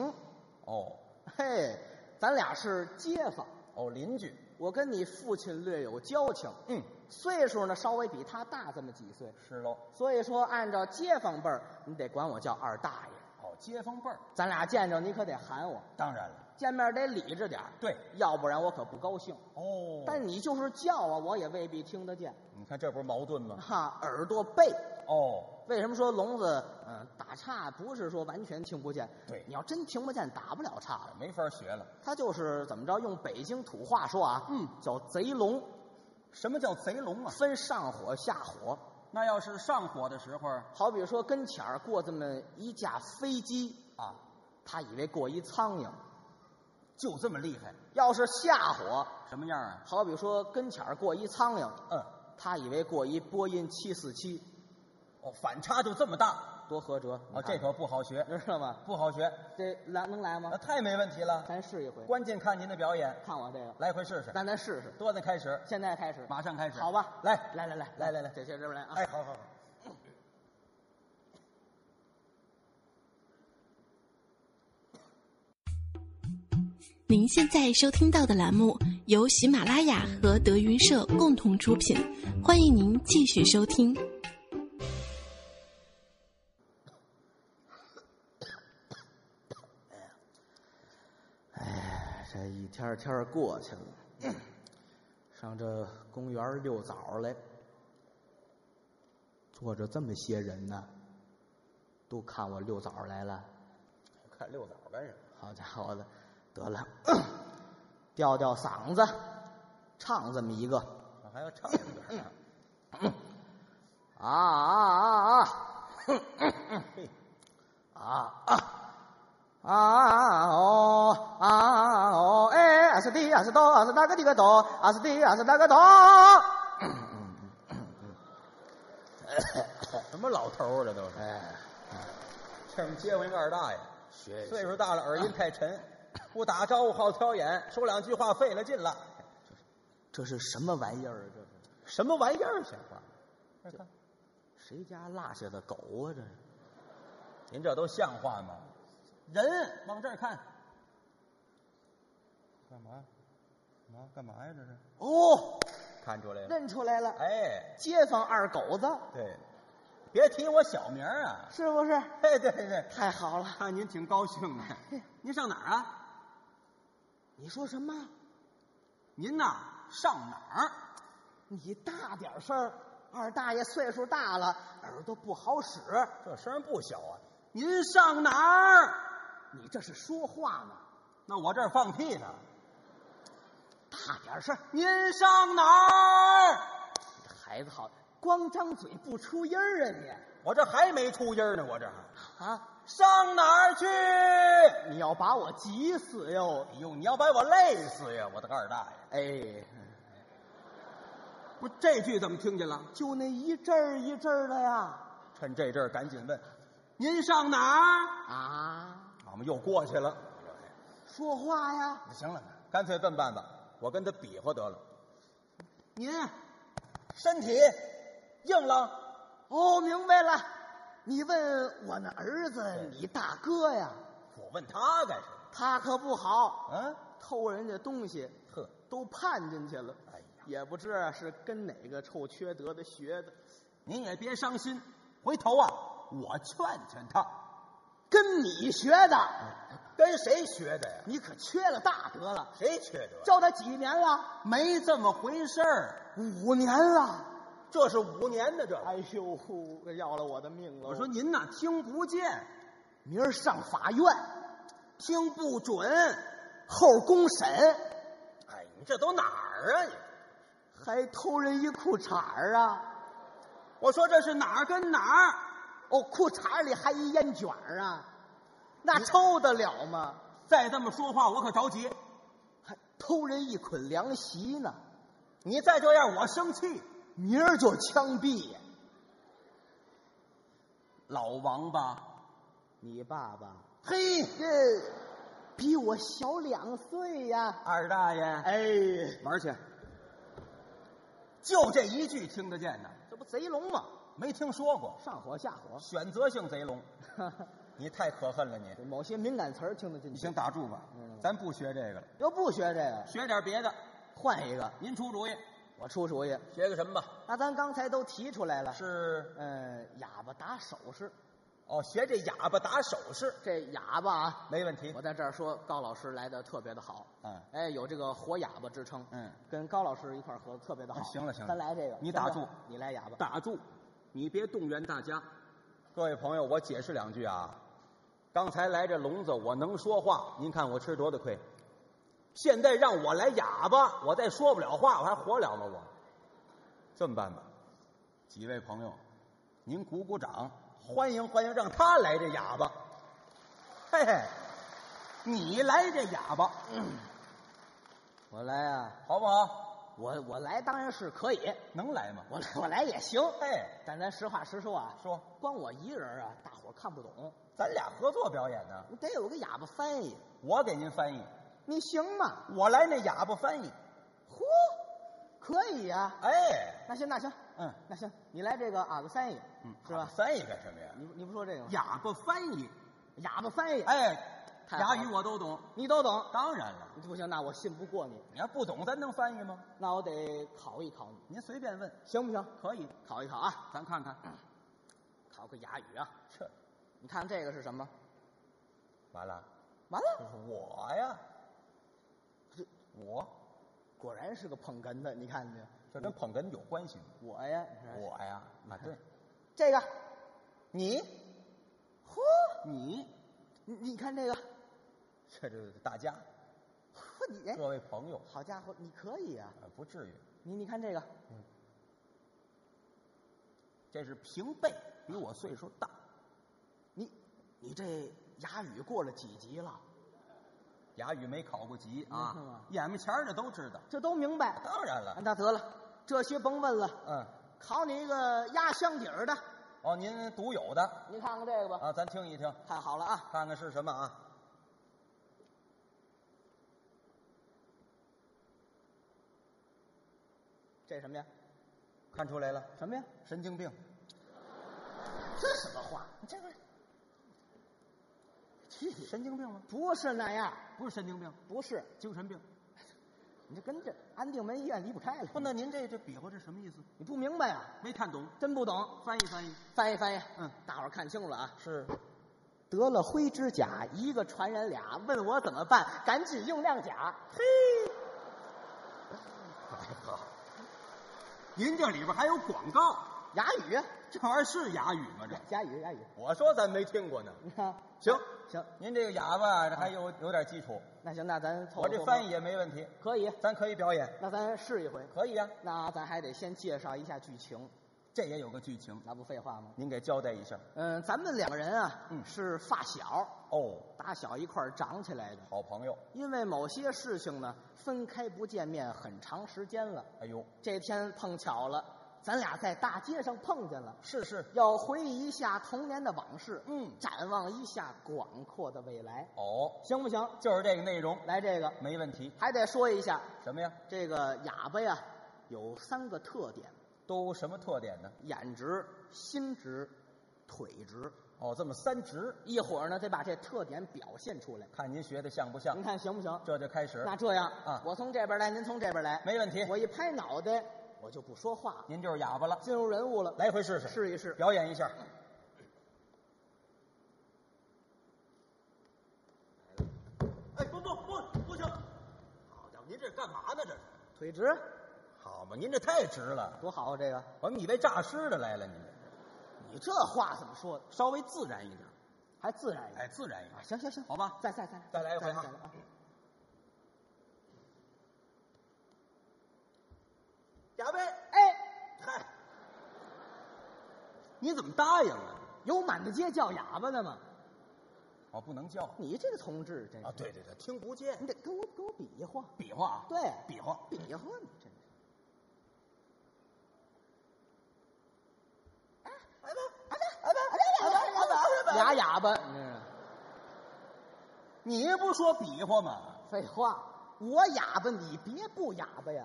Speaker 3: 哦
Speaker 2: 嘿，咱俩是街坊，
Speaker 3: 哦，邻居，
Speaker 2: 我跟你父亲略有交情，
Speaker 3: 嗯，
Speaker 2: 岁数呢稍微比他大这么几岁，
Speaker 3: 是喽。
Speaker 2: 所以说按照街坊辈儿，你得管我叫二大爷。
Speaker 3: 哦，街坊辈儿，
Speaker 2: 咱俩见着你可得喊我，
Speaker 3: 当然了，
Speaker 2: 见面得理着点儿，
Speaker 3: 对。
Speaker 2: 要不然我可不高兴。
Speaker 3: 哦
Speaker 2: 但你就是叫啊，我也未必听得见，
Speaker 3: 你看这不是矛盾吗？
Speaker 2: 哈，耳朵背。
Speaker 3: 哦，
Speaker 2: 为什么说聋子嗯、打岔不是说完全听不见？
Speaker 3: 对
Speaker 2: 你要真听不见，打不了岔了。
Speaker 3: 没法学了。
Speaker 2: 他就是怎么着，用北京土话说啊，
Speaker 3: 嗯
Speaker 2: 叫贼聋，
Speaker 3: 什么叫贼聋啊？
Speaker 2: 分上火下火。
Speaker 3: 那要是上火的时候
Speaker 2: 好比说跟前儿过这么一架飞机，
Speaker 3: 啊，
Speaker 2: 他以为过一苍蝇；
Speaker 3: 就这么厉害，
Speaker 2: 要是下火，
Speaker 3: 什么样啊？
Speaker 2: 好比说跟前儿过一苍蝇，
Speaker 3: 嗯，
Speaker 2: 他以为过一波音七四七，
Speaker 3: 哦，反差就这么大，
Speaker 2: 多合辙。
Speaker 3: 哦，这头不好学，
Speaker 2: 你知道吗？
Speaker 3: 不好学，
Speaker 2: 这来能来
Speaker 3: 那
Speaker 2: 吗？
Speaker 3: 太没问题了。
Speaker 2: 咱试一回，
Speaker 3: 呃关键看您的表演，
Speaker 2: 看我这个，
Speaker 3: 来回试试。
Speaker 2: 咱咱试试，
Speaker 3: 多的开始，
Speaker 2: 现在开始，
Speaker 3: 马上开始，
Speaker 2: 好吧？
Speaker 3: 来，
Speaker 2: 来来来
Speaker 3: 来来来
Speaker 2: 这些这边来啊！
Speaker 3: 哎，好好好，
Speaker 4: 您现在收听到的栏目由喜马拉雅和德云社共同出品，欢迎您继续收听。
Speaker 2: 哎这一天天儿过去了，嗯上这公园儿遛早儿来，坐着这么些人呢，都看我遛早儿来了。
Speaker 3: 看遛早干什么？
Speaker 2: 好家伙的，得了， 吊吊嗓子，唱这么一个
Speaker 3: 啊还要唱一段呢。
Speaker 2: 啊啊啊啊啊啊啊哦啊哦哎，啊是的，啊是哆，啊是那个的个哆，啊是的，啊是那个哆。
Speaker 3: 什么老头儿啊，这都是。
Speaker 2: 哎，
Speaker 3: 这我们街坊一个二大爷，
Speaker 2: 学
Speaker 3: 岁数大了，耳音太沉，不打招呼好挑眼，说两句话费了劲了。
Speaker 2: 这是什么玩意儿啊？这是
Speaker 3: 什么玩意儿？像话！
Speaker 2: 谁家落下的狗啊？这是
Speaker 3: 您这都像话吗？人往这儿看，干嘛？嘛干嘛呀？这是
Speaker 2: 哦，
Speaker 3: 看出来了。
Speaker 2: 认出来了，
Speaker 3: 哎，
Speaker 2: 街坊二狗子
Speaker 3: 对，别提我小名儿啊。
Speaker 2: 是不是？
Speaker 3: 嘿，对对对，
Speaker 2: 太好了！
Speaker 3: 看您挺高兴的。您上哪儿啊？
Speaker 2: 你说什么？
Speaker 3: 您呐，上哪儿？
Speaker 2: 你大点声儿！二大爷岁数大了，耳朵不好使。
Speaker 3: 这声儿不小啊。您上哪儿？
Speaker 2: 你这是说话呢？
Speaker 3: 那我这儿放屁呢。
Speaker 2: 大点声儿！
Speaker 3: 您上哪儿？
Speaker 2: 这孩子好，光张嘴不出音儿啊
Speaker 3: 我这还没出音儿呢，我这还
Speaker 2: 你！啊，
Speaker 3: 上哪儿去？
Speaker 2: 你要把我急死哟！
Speaker 3: 哎呦，你要把我累死呀！我的个二大爷！
Speaker 2: 哎，
Speaker 3: 不，这句怎么听见了？
Speaker 2: 就那一阵儿一阵儿的呀！
Speaker 3: 趁这阵儿赶紧问，您上哪儿？
Speaker 2: 啊，
Speaker 3: 我们又过去了。
Speaker 2: 说话呀！
Speaker 3: 行了，干脆这么办吧，我跟他比划得了。
Speaker 2: 您
Speaker 3: 身体硬朗，
Speaker 2: 哦，明白了。你问我那儿子，你大哥呀，
Speaker 3: 我问他干什么？
Speaker 2: 他可不好，
Speaker 3: 啊，
Speaker 2: 偷人家东西，
Speaker 3: 呵，
Speaker 2: 都判进去了。
Speaker 3: 哎呀，
Speaker 2: 也不知道是跟哪个臭缺德的学的，
Speaker 3: 您也别伤心，回头啊，我劝劝他。
Speaker 2: 跟你学
Speaker 3: 哎
Speaker 2: 的，
Speaker 3: 跟谁学的呀？
Speaker 2: 你可缺了大德了。
Speaker 3: 谁缺德？
Speaker 2: 教他几年了？
Speaker 3: 没这么回事儿，
Speaker 2: 五年了。
Speaker 3: 这是五年的这。
Speaker 2: 哎呦，要了我的命了！
Speaker 3: 我说您呐，听不见，
Speaker 2: 明儿上法院，
Speaker 3: 听不准。
Speaker 2: 后公审，
Speaker 3: 哎，你这都哪儿啊你？
Speaker 2: 还偷人一裤衩儿啊！
Speaker 3: 我说这是哪儿跟哪儿？
Speaker 2: 哦，裤衩儿里还一烟卷儿啊，那抽得了吗？
Speaker 3: 再这么说话，我可着急。
Speaker 2: 还偷人一捆凉席呢，
Speaker 3: 你再这样，我生气。
Speaker 2: 明儿就枪毙呀！
Speaker 3: 老王八，
Speaker 2: 你爸爸
Speaker 3: 嘿，
Speaker 2: 这比我小两岁呀！
Speaker 3: 二大爷，
Speaker 2: 哎，
Speaker 3: 玩去。就这一句听得见呢，
Speaker 2: 这不贼龙吗？
Speaker 3: 没听说过。
Speaker 2: 上火下火，
Speaker 3: 选择性贼聋，你太可恨了你。
Speaker 2: 某些敏感词儿听得进
Speaker 3: 你
Speaker 2: 去
Speaker 3: 先。打住吧，
Speaker 2: 嗯
Speaker 3: 咱不学这个了，
Speaker 2: 要不学这个，
Speaker 3: 学点别的。
Speaker 2: 换一个，
Speaker 3: 您出主意，
Speaker 2: 我出主意。
Speaker 3: 学个什么吧？
Speaker 2: 那咱刚才都提出来了，
Speaker 3: 是
Speaker 2: 嗯，哑巴打手势。
Speaker 3: 哦，学这哑巴打手势，
Speaker 2: 这哑巴啊，
Speaker 3: 没问题
Speaker 2: 我。在这儿说，高老师来的特别的好，
Speaker 3: 嗯
Speaker 2: 哎，有这个活哑巴之称，
Speaker 3: 嗯，
Speaker 2: 跟高老师一块儿合作特别的好。
Speaker 3: 啊行了行了
Speaker 2: 咱来这个，
Speaker 3: 你打
Speaker 2: 行
Speaker 3: 住
Speaker 2: 吧，你来哑巴。
Speaker 3: 打住，你别动员大家。各位朋友，我解释两句啊。刚才来这聋子，我能说话，您看我吃多大亏。现在让我来哑巴，我再说不了话，我还活了吗？我这么办吧，几位朋友，您鼓鼓掌，欢迎欢迎，让他来这哑巴。嘿嘿，你来这哑巴，
Speaker 2: 我来啊，
Speaker 3: 好不好？
Speaker 2: 我我来当然是可以，
Speaker 3: 能来吗？
Speaker 2: 我来我来也行。
Speaker 3: 哎，
Speaker 2: 但咱实话实说啊，
Speaker 3: 说，
Speaker 2: 光我一人啊，大伙儿看不懂，
Speaker 3: 咱俩合作表演呢，
Speaker 2: 你得有个哑巴翻译，
Speaker 3: 我给您翻译，
Speaker 2: 你行吗？
Speaker 3: 我来那哑巴翻译。
Speaker 2: 嚯，可以呀、
Speaker 3: 哎，
Speaker 2: 那行那行，
Speaker 3: 嗯，
Speaker 2: 那行，你来这个阿个翻译，
Speaker 3: 嗯，
Speaker 2: 是吧？
Speaker 3: 翻译干什么呀？
Speaker 2: 你你不说这个吗？
Speaker 3: 哑巴翻译，
Speaker 2: 哑巴翻译，
Speaker 3: 哎，
Speaker 2: 太好
Speaker 3: 哑
Speaker 2: 了
Speaker 3: 语我都懂，
Speaker 2: 你都懂？
Speaker 3: 当然了，
Speaker 2: 不行，那我信不过你，
Speaker 3: 你要不懂，咱能翻译吗？
Speaker 2: 那我得考一考你，
Speaker 3: 您随便问，
Speaker 2: 行不行？
Speaker 3: 可以，
Speaker 2: 考一考啊，
Speaker 3: 咱看看。
Speaker 2: 考个哑语啊。
Speaker 3: 这
Speaker 2: 你看这个是什么？
Speaker 3: 完了，
Speaker 2: 完了，
Speaker 3: 我呀，
Speaker 2: 这
Speaker 3: 我
Speaker 2: 果然是个捧哏的，你看见没有？
Speaker 3: 这跟捧哏有关系吗？
Speaker 2: 我呀，你看
Speaker 3: 我呀，啊对，
Speaker 2: 这个，
Speaker 3: 你
Speaker 2: 嚯，
Speaker 3: 你
Speaker 2: 你你看这个，
Speaker 3: 这就是大家
Speaker 2: 嚯你哎，
Speaker 3: 各位朋友，
Speaker 2: 好家伙，你可以啊！
Speaker 3: 呃不至于，
Speaker 2: 你你看这个，
Speaker 3: 这是平辈，比我岁数大，
Speaker 2: 你你这哑语过了几级了？
Speaker 3: 哑语没考过级
Speaker 2: 你看
Speaker 3: 啊
Speaker 2: 吧，
Speaker 3: 眼巴前儿的都知道，
Speaker 2: 这都明白。
Speaker 3: 当然了，
Speaker 2: 那得了，这些甭问了，
Speaker 3: 嗯，
Speaker 2: 考你一个压箱底儿的，
Speaker 3: 哦，您独有的
Speaker 2: 您看看这个吧。
Speaker 3: 啊，咱听一听，
Speaker 2: 太好了啊！
Speaker 3: 看看是什么啊？
Speaker 2: 这什么呀？
Speaker 3: 看出来了，
Speaker 2: 什么呀？
Speaker 3: 神经病，
Speaker 2: 这什么话？
Speaker 3: 这不是
Speaker 2: 这
Speaker 3: 神经病吗？
Speaker 2: 不是那样，
Speaker 3: 不是神经病，
Speaker 2: 不是，
Speaker 3: 精神病。
Speaker 2: 你这跟这安定门医院离不开了。
Speaker 3: 不，那您这这比划这什么意思？
Speaker 2: 你不明白啊？
Speaker 3: 没看懂，
Speaker 2: 真不懂，
Speaker 3: 翻译翻译。
Speaker 2: 翻译翻译。
Speaker 3: 嗯，
Speaker 2: 大伙儿看清楚了啊！
Speaker 3: 是，
Speaker 2: 得了灰指甲，一个传染俩，问我怎么办？赶紧用亮甲。嘿，
Speaker 3: 啊您这里边还有广告，
Speaker 2: 哑语，
Speaker 3: 这玩意儿是哑语吗？这
Speaker 2: 哑语，哑语。
Speaker 3: 我说咱没听过呢。
Speaker 2: 你看，
Speaker 3: 行，
Speaker 2: 行，
Speaker 3: 您这个哑巴这还有有点基础，
Speaker 2: 那行，那咱凑合
Speaker 3: 我这
Speaker 2: 凑合
Speaker 3: 翻译也没问题，
Speaker 2: 可以，
Speaker 3: 咱可以表演，
Speaker 2: 那咱试一回。
Speaker 3: 可以呀、
Speaker 2: 那咱还得先介绍一下剧情，
Speaker 3: 这也有个剧情，
Speaker 2: 那不废话吗？
Speaker 3: 您给交代一下。
Speaker 2: 嗯，咱们两个人啊，
Speaker 3: 嗯
Speaker 2: 是发小，
Speaker 3: 哦，
Speaker 2: 打小一块儿长起来的。
Speaker 3: 好朋友，
Speaker 2: 因为某些事情呢，分开不见面很长时间了。
Speaker 3: 哎呦，
Speaker 2: 这天碰巧了，咱俩在大街上碰见了，
Speaker 3: 是是，
Speaker 2: 要回忆一下童年的往事，
Speaker 3: 嗯
Speaker 2: 展望一下广阔的未来，
Speaker 3: 哦，
Speaker 2: 行不行？
Speaker 3: 就是这个内容，
Speaker 2: 来这个，
Speaker 3: 没问题。
Speaker 2: 还得说一下，
Speaker 3: 什么呀？
Speaker 2: 这个哑巴呀，有三个特点：
Speaker 3: 都什么特点呢？
Speaker 2: 眼直、心直、腿直。
Speaker 3: 哦，这么三直，
Speaker 2: 一会儿呢，得把这特点表现出来。
Speaker 3: 看您学的像不像
Speaker 2: 您？看行不行？
Speaker 3: 这就开始，
Speaker 2: 那这样
Speaker 3: 啊
Speaker 2: 我从这边来，您从这边来，
Speaker 3: 没问题。
Speaker 2: 我一拍脑袋，我就不说话了，
Speaker 3: 您就是哑巴了，
Speaker 2: 进入人物了，
Speaker 3: 来回试试，
Speaker 2: 试一试。
Speaker 3: 表演一下。哎，不不不，不行！好家伙，您这干嘛呢？这是
Speaker 2: 腿直，
Speaker 3: 好嘛？您这太直了，
Speaker 2: 多好啊！这个，
Speaker 3: 我们以为诈尸的来了，您这
Speaker 2: 你这话怎么说的？
Speaker 3: 稍微自然一点，
Speaker 2: 还自然一点
Speaker 3: 哎，自然一
Speaker 2: 啊！
Speaker 3: 点，
Speaker 2: 行行行，
Speaker 3: 好吧？
Speaker 2: 再再再
Speaker 3: 再来一回
Speaker 2: 再
Speaker 3: 啊
Speaker 2: 再来啊！
Speaker 3: 哑巴，
Speaker 2: 哎，
Speaker 3: 嗨，你怎么答应了？
Speaker 2: 有满大街叫哑巴的吗？
Speaker 3: 哦，不能叫啊！
Speaker 2: 你这个同志真是，
Speaker 3: 对对对，听不见
Speaker 2: 你，得跟我跟我比划，
Speaker 3: 比划啊，
Speaker 2: 对，
Speaker 3: 比划。
Speaker 2: 比划你真是。哎俩哑巴，嗯你这
Speaker 3: 你不说比划吗？
Speaker 2: 废话，我哑巴，你别不哑巴呀！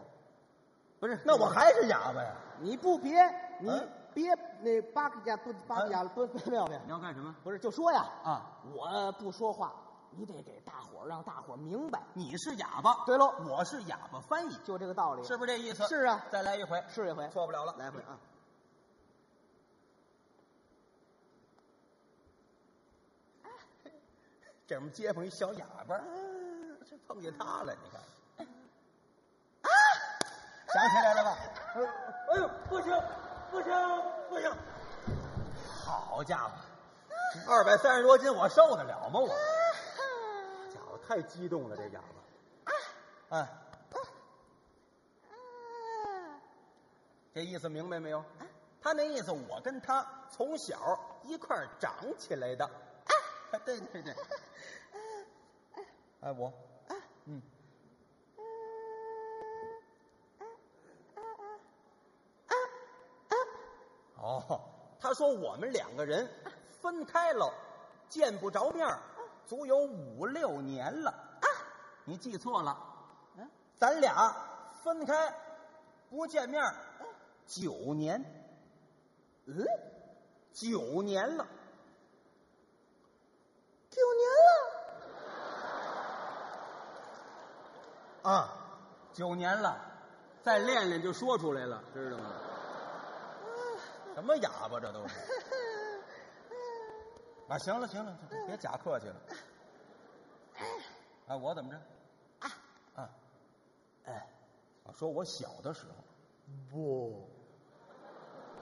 Speaker 3: 不是，那我还是哑巴呀。
Speaker 2: 你不别，你
Speaker 3: 嗯
Speaker 2: 别那八个哑不八个哑不不没有没有
Speaker 3: 你，要干什么
Speaker 2: 不是就说呀，
Speaker 3: 啊？
Speaker 2: 我不说话，你得给大伙儿让大伙儿明白，
Speaker 3: 你是哑巴，
Speaker 2: 对喽
Speaker 3: 我是哑巴翻译，
Speaker 2: 就这个道理，
Speaker 3: 是不是这意思？
Speaker 2: 是啊
Speaker 3: 再来一回，
Speaker 2: 试一回，
Speaker 3: 错不了了。
Speaker 2: 来回啊。
Speaker 3: 这我们街坊一小哑巴，啊这碰见他了，你看，想起来了吧？啊哎呦，不行，不行，不行！啊好家伙，二百三十多斤，我受得了吗？我，家伙太激动了，这哑巴。哎，这意思明白没有？他那意思，我跟他从小一块儿长起来的。啊，对对对。哎，我，嗯，啊哦，他说我们两个人分开了，见不着面儿足有五六年了。啊，你记错了，咱俩分开不见面儿九年，嗯，九年了，九年了，啊，九年了，再练练就说出来了，知道吗？什么哑巴这都 是！啊，行了行了，别假客气了。啊，我怎么着？啊，哎，啊，说我小的时候，不，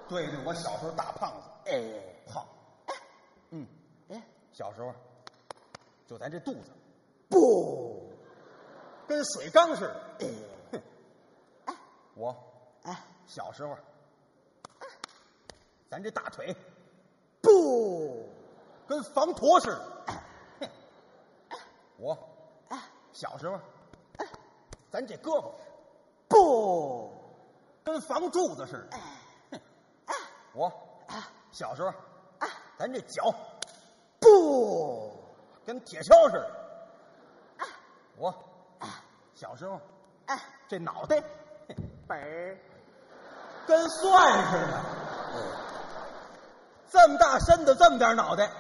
Speaker 3: 对对，我小时候大胖子，哎，胖，嗯，哎，小时候，就咱这肚子，不，跟水缸似的，哎，哼我，哎，小时候，咱这大腿，不，跟防驼似的，哼我，啊小时候，咱这胳膊，不，跟房柱子似的。哼我小时候，咱这脚，不，跟铁锹似的。我啊小时候，这脑袋，哼
Speaker 2: 本儿，
Speaker 3: 跟蒜似的。哎这么大身子，这么点脑袋，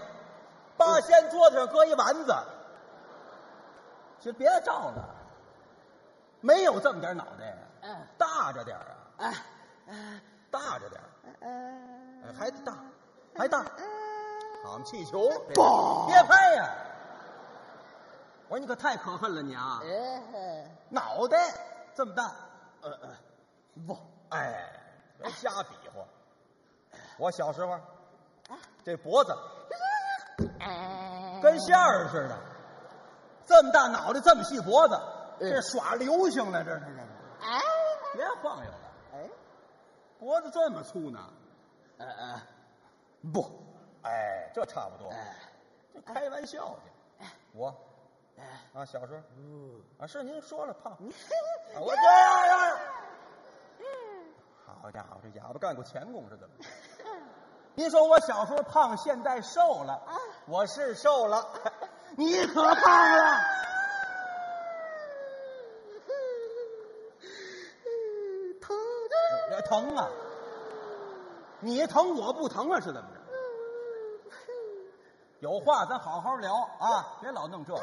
Speaker 3: 八仙桌子上搁一丸子，就别照了。没有这么点脑袋，大着点儿
Speaker 2: 哎
Speaker 3: 啊，大着点儿，哎还大，还大。好，我们气球，别拍呀！我说你可太可恨了你啊！
Speaker 2: 哎
Speaker 3: 脑袋这么大，呃呃，不，哎，别瞎比划。我小时候，这脖子跟线儿似的，这么大脑袋，这么细脖子，这耍流行呢，这是这是。嗯
Speaker 1: 哎
Speaker 3: 别晃悠了，哎，脖子这么粗呢？哎哎，不，哎，这差不多，这开玩笑去。我，啊，小时候，啊，是您说了胖，啊我这样呀。好家伙，这哑巴干过钳工是怎么着？您说我小时候胖，现在瘦了，我是瘦了，你可胖了。疼疼啊！你疼我不疼啊？是怎么着？有话咱好好聊啊，别老弄这个。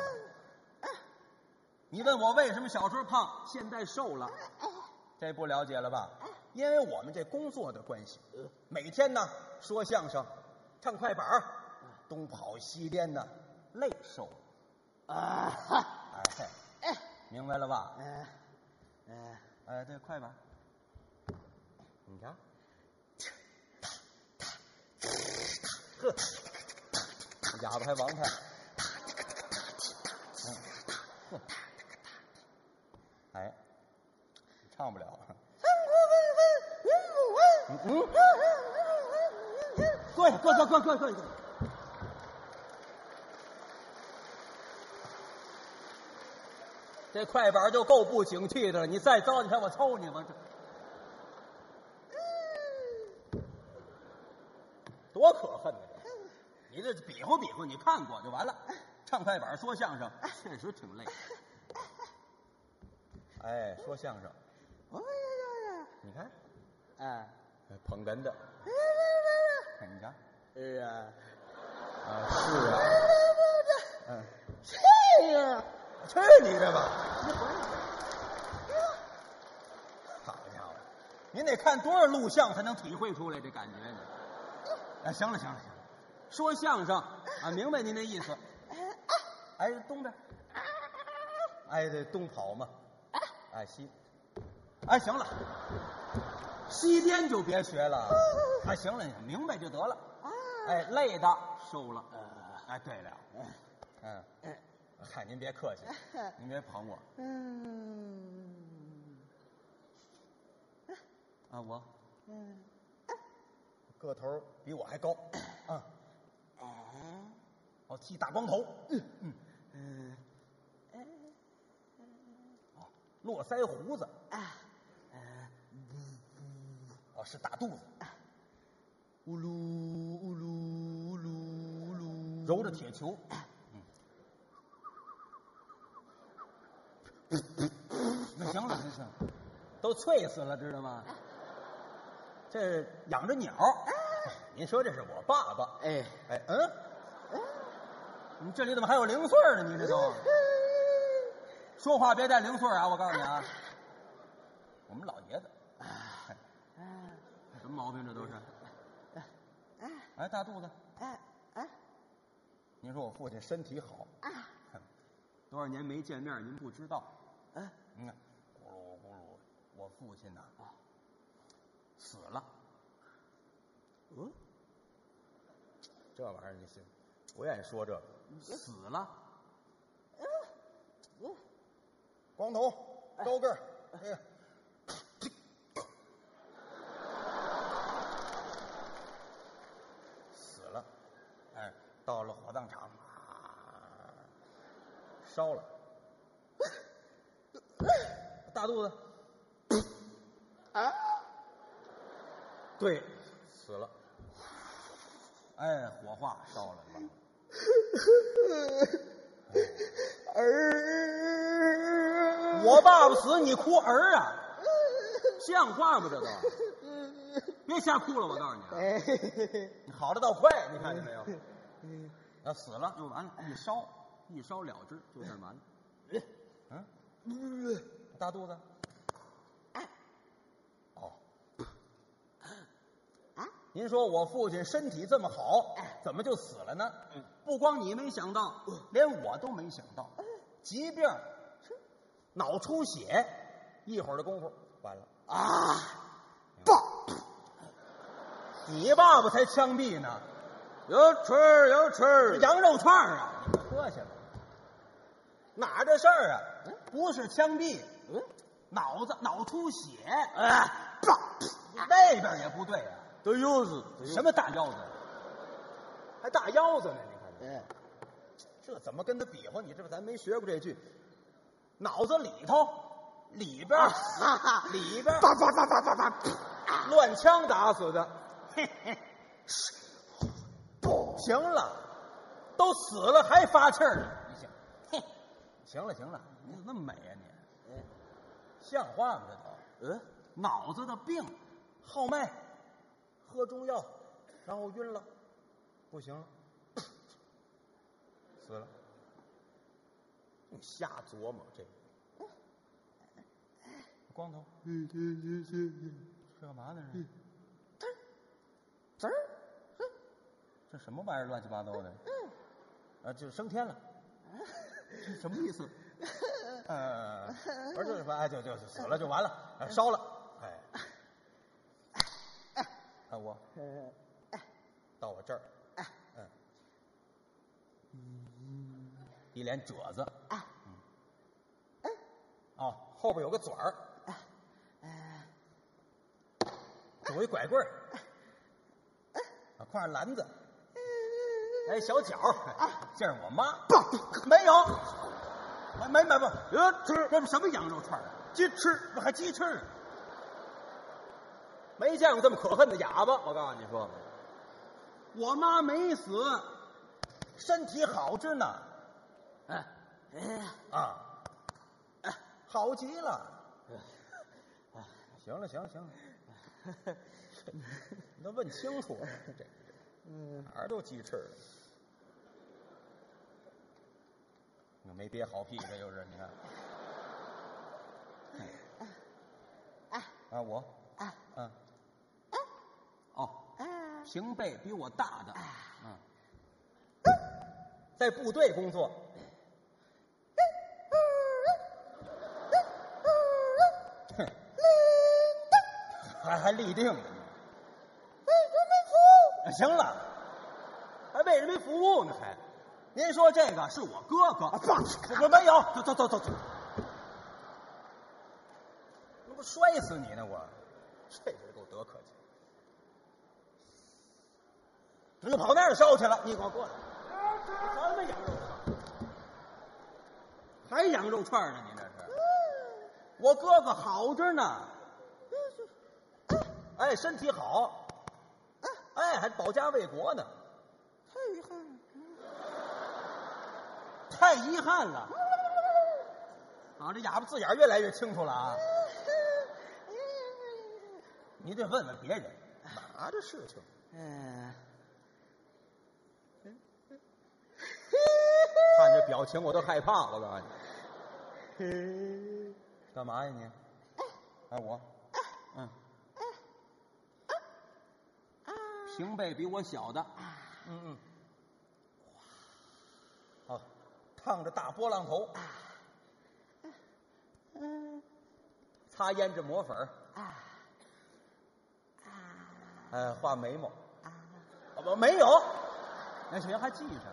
Speaker 3: 你问我为什么小时候胖，现在瘦了？这不了解了吧？因为我们这工作的关系，每天呢说相声、唱快板儿东跑西颠呢，累瘦
Speaker 2: 哎
Speaker 3: 了。啊哎，明白了吧？哎，哎，对，快板儿。你 瞧，呵，哑巴还王派。嗯呵哎，唱不了。嗯嗯，过去，过去，过去，过去，过去。这快板就够不景气的了，你再糟践他，我抽你吧！这多可恨呐！这你这比划比划，你看过就完了。唱快板、说相声确实挺累。哎，说相声，你看，
Speaker 2: 哎，
Speaker 3: 捧哏的，哎你瞧，
Speaker 2: 哎呀，
Speaker 3: 啊是啊，嗯，
Speaker 2: 哎呀，
Speaker 3: 去你的吧！好家伙，您得看多少录像才能体会出来这感觉呢？哎，行了行了行了，说相声啊，明白您那意思。哎，东边，哎，对，东跑嘛，哎西，哎行了，西边就别学了。哎，行了，明白就得了。哎，累的瘦了。哎，对了，嗯，嗨，您别客气，您别捧我。
Speaker 2: 嗯，
Speaker 3: 啊，我，
Speaker 2: 嗯，
Speaker 3: 个头儿比我 还高，啊，哦，剃大光头，嗯嗯，
Speaker 2: 呃
Speaker 3: 哦络腮胡子，
Speaker 2: 啊呃
Speaker 3: 哦，是大肚子，
Speaker 2: 啊呜噜呜噜呜噜呜噜，
Speaker 3: 揉着铁球，嗯，那行了，行了，都脆死了，知道
Speaker 2: 啊
Speaker 3: 吗？这养着鸟，哎您说这是我爸爸？
Speaker 2: 哎，
Speaker 3: 哎，嗯，你这里怎么还有零碎呢？你这 都说话别带零碎啊！我告诉你啊，我们老爷子，什么毛病这都是？哎，大肚子，
Speaker 2: 哎哎
Speaker 3: 您说我父亲身体好，
Speaker 2: 啊
Speaker 3: 多少年没见面，您不知道。
Speaker 2: 哎，
Speaker 3: 你看，嗯咕噜咕噜，我父亲呐、死了。
Speaker 2: 嗯，
Speaker 3: 这玩意儿你是不愿意说这个，死了。光头，高个儿，哎呀，死了，哎，到了火葬场，啊烧了，大肚子，
Speaker 2: 啊，
Speaker 3: 对，死了，哎，火化烧了，是吧
Speaker 2: 儿，
Speaker 3: 我爸爸死，你哭儿啊？像话吗？这都，别瞎哭了，我告诉你啊，
Speaker 2: 哎，
Speaker 3: 你好的到坏，你看见没有？啊，死了就完了，一烧一烧了之，就这儿完了。嗯，哎大肚子。哦，啊您说我父亲身体这么好，怎么就死了呢？不光你没想到，连我都没想到，疾病，脑出血，一会儿的功夫完了啊！爸，你爸爸才枪毙呢！
Speaker 2: 有吃有吃，
Speaker 3: 羊肉串儿啊，你喝去吧。哪儿的事儿啊？不是枪毙，
Speaker 2: 嗯，
Speaker 3: 脑子脑出血，
Speaker 2: 哎，
Speaker 3: 那边也不对啊。
Speaker 2: 都柚子，
Speaker 3: 什么大腰子？还大腰子呢？你看这
Speaker 2: 哎，
Speaker 3: 这怎么跟他比划？你这不咱没学过这句，脑子里头里边儿
Speaker 2: 哈哈
Speaker 3: 里边儿
Speaker 2: 叭叭叭叭叭叭，
Speaker 3: 乱枪打死的。嘿嘿，行了，都死了还发气儿呢，你行，嘿，行了行了，你怎么那么美啊你？像话吗这都？嗯，脑子的病，号脉，喝中药，然后晕了，不行了，死了。你瞎琢磨这个， 光头，嗯这干嘛呢？这是
Speaker 2: 滋儿，
Speaker 3: 这什么玩意儿乱七八糟的？啊，就升天了， 这什么意思？呃，不是，就是哎，就就死了就完了，哎烧了， 哎，看我
Speaker 2: 哎
Speaker 3: 到我这儿，嗯，一脸褶子，嗯，哦，后边有个嘴儿，拄一拐棍儿，啊，挎上篮子，哎，小脚儿，这是我妈，没有，没没没没，呃，吃这是什么羊肉串儿啊？鸡翅，还鸡翅呢？没见过这么可恨的哑巴，我告诉你说，我妈没死，身体好着呢，哎啊，哎好极了，行了行了行了，你都问清楚了，这
Speaker 2: 嗯，
Speaker 3: 哪儿都鸡翅了。你没憋好屁，这就是你看。啊，我
Speaker 2: 啊，
Speaker 3: 嗯，哦，
Speaker 2: 啊
Speaker 3: 平辈比我大的，嗯，在部队工作，哼还还立定呢，为什么没服？行了，还为人民服务呢？还，您说这个是我哥哥，我没有，走走走走走，那不摔死你呢？我，这人够得可气。你跑那儿烧去了，你给我过来！什么羊肉串？还羊肉串呢？你这是？我哥哥好着呢，哎，身体好，哎，还保家卫国呢，太遗憾了。啊，这哑巴字眼儿越来越清楚了啊！你得问问别人，哪这事情？
Speaker 2: 嗯，
Speaker 3: 看这表情我都害怕，我告诉你。干嘛呀你？哎，我，嗯，平辈比我小的，嗯嗯，哦，烫着大波浪头，嗯擦胭脂抹粉儿哎，画眉毛，啊不没有，那谁还记着？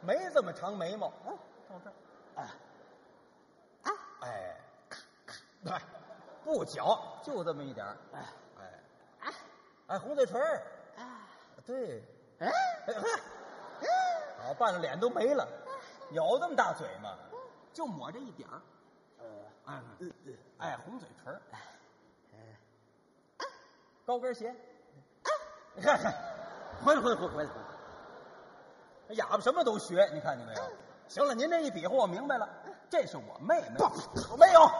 Speaker 3: 没这么长眉毛，啊，到这儿，哎，哎， 哎，不角就这么一点儿哎，哎，哎，红嘴唇儿，对，
Speaker 2: 哎，
Speaker 3: 哎呵 好，半个脸都没了，有这么大嘴吗？就抹这一点儿，哎，哎，红嘴唇儿，啊高跟鞋， 你看看，回来回来回来回来，这哑巴什么都学，你看见没有？行了，您这一比划，我明白了，这是我妹妹，没有。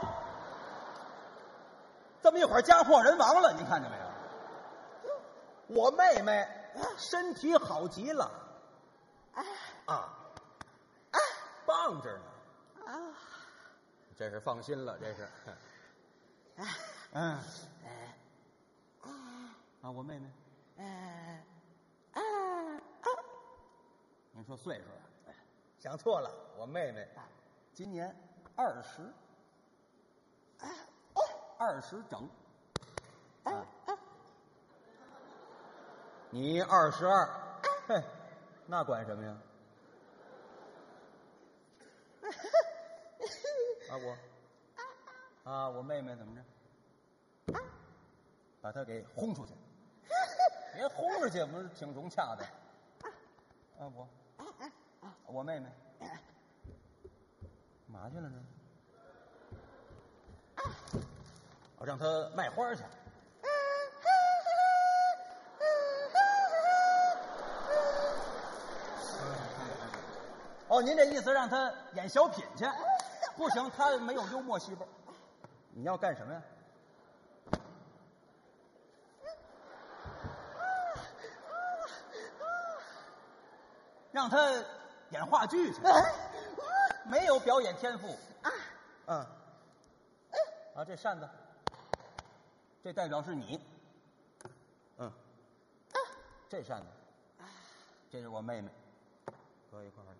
Speaker 3: 这么一会儿家破人亡了，您看见没有？我妹妹身体好极了，啊，棒着呢，啊这是放心了，这是，嗯，啊，我妹妹，你说岁数啊？想错了，我妹妹今年二十，哎哦二十整。啊你二十二，嘿，那管什么 呀？啊我，啊我妹妹怎么着？把她给轰 出去，别轰出去，不是挺融洽的？啊我，我妹妹，嘛去了呢？我让她卖花去。哦，您这意思让她演小品去？不行，她没有幽默细胞。你要干什么呀？让她演话剧去，没有表演天赋。嗯，啊，这扇子，这代表是你。嗯，这扇子，这是我妹妹，搁一块儿了。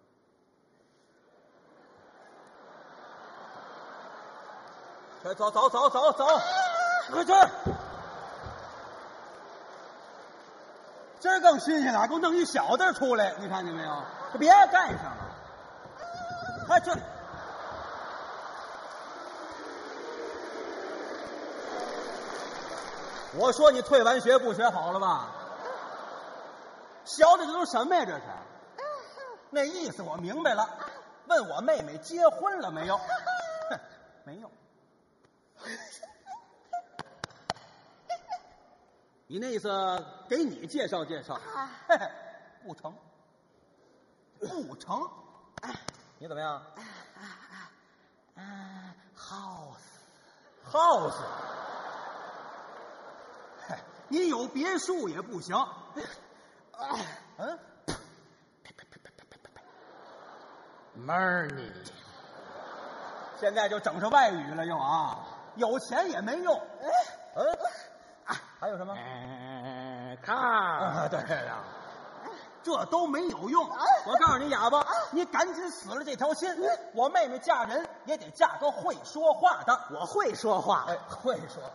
Speaker 3: 快走走走走走，快去！今儿更新鲜了，给我弄一小的出来，你看见没有？别干上了，快去！我说你退完学不学好了吧？学的这都是什么呀？这是？那意思我明白了。问我妹妹结婚了没有？哼，没有。你那意思给你介绍介绍，嘿嘿，不成，不成，你怎么样？house，house，嘿你有别墅也不行，嗯，money，现在就整上外语了又啊，有钱也没用，嗯，还有什么？啊，对呀、这都没有用。我告诉你，哑巴，你赶紧死了这条心。我妹妹嫁人也得嫁个会说话的。
Speaker 2: 我会说话，
Speaker 3: 哎，会说话。